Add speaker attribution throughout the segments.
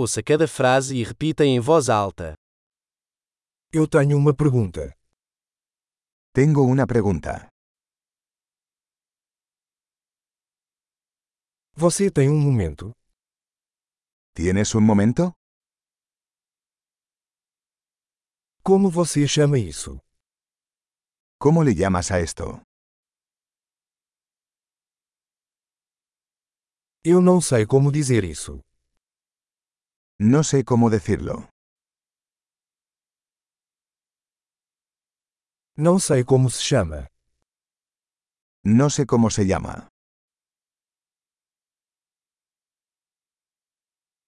Speaker 1: Ouça cada frase e repita em voz alta.
Speaker 2: Eu tenho uma pergunta.
Speaker 3: Tengo una pregunta.
Speaker 2: Você tem um momento?
Speaker 3: ¿Tienes un momento?
Speaker 2: Como você chama isso?
Speaker 3: ¿Cómo le llamas a esto?
Speaker 2: Eu não sei como dizer isso.
Speaker 3: No sé cómo decirlo.
Speaker 2: Não sei como se chama.
Speaker 3: No sé cómo se llama.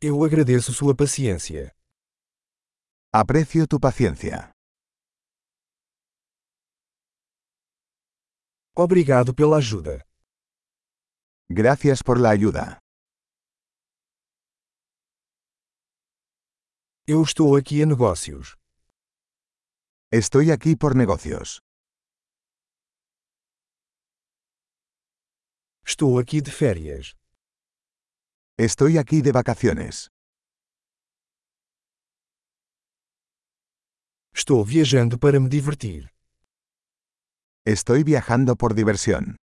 Speaker 2: Eu agradeço sua paciência.
Speaker 3: Aprecio tu paciencia.
Speaker 2: Obrigado pela ajuda.
Speaker 3: Gracias por la ayuda.
Speaker 2: Eu estou aqui a negócios.
Speaker 3: Estoy aquí por negocios.
Speaker 2: Estou aqui de férias.
Speaker 3: Estoy aquí de vacaciones.
Speaker 2: Estou viajando para me divertir.
Speaker 3: Estoy viajando por diversión.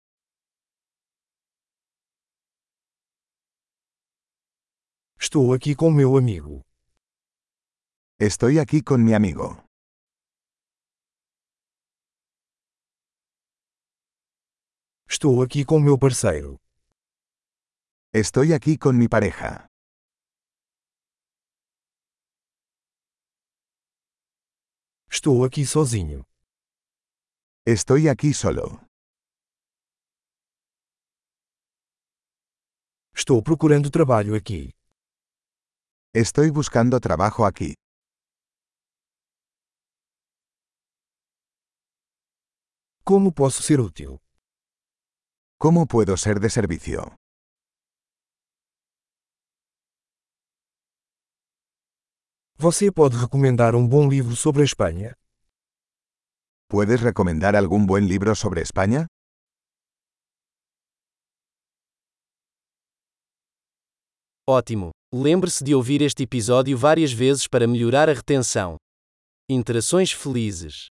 Speaker 2: Estou aqui com meu amigo.
Speaker 3: Estoy aquí con mi amigo.
Speaker 2: Estou aqui com meu parceiro.
Speaker 3: Estoy aquí con mi pareja.
Speaker 2: Estou aqui sozinho.
Speaker 3: Estoy aquí solo.
Speaker 2: Estou procurando trabalho aqui.
Speaker 3: Estoy buscando trabajo aquí.
Speaker 2: Como posso ser útil?
Speaker 3: ¿Cómo puedo ser de servicio?
Speaker 2: Você pode recomendar um bom livro sobre a Espanha?
Speaker 3: ¿Puedes recomendar algún buen libro sobre España?
Speaker 1: Ótimo! Lembre-se de ouvir este episódio várias vezes para melhorar a retenção. Interações felizes.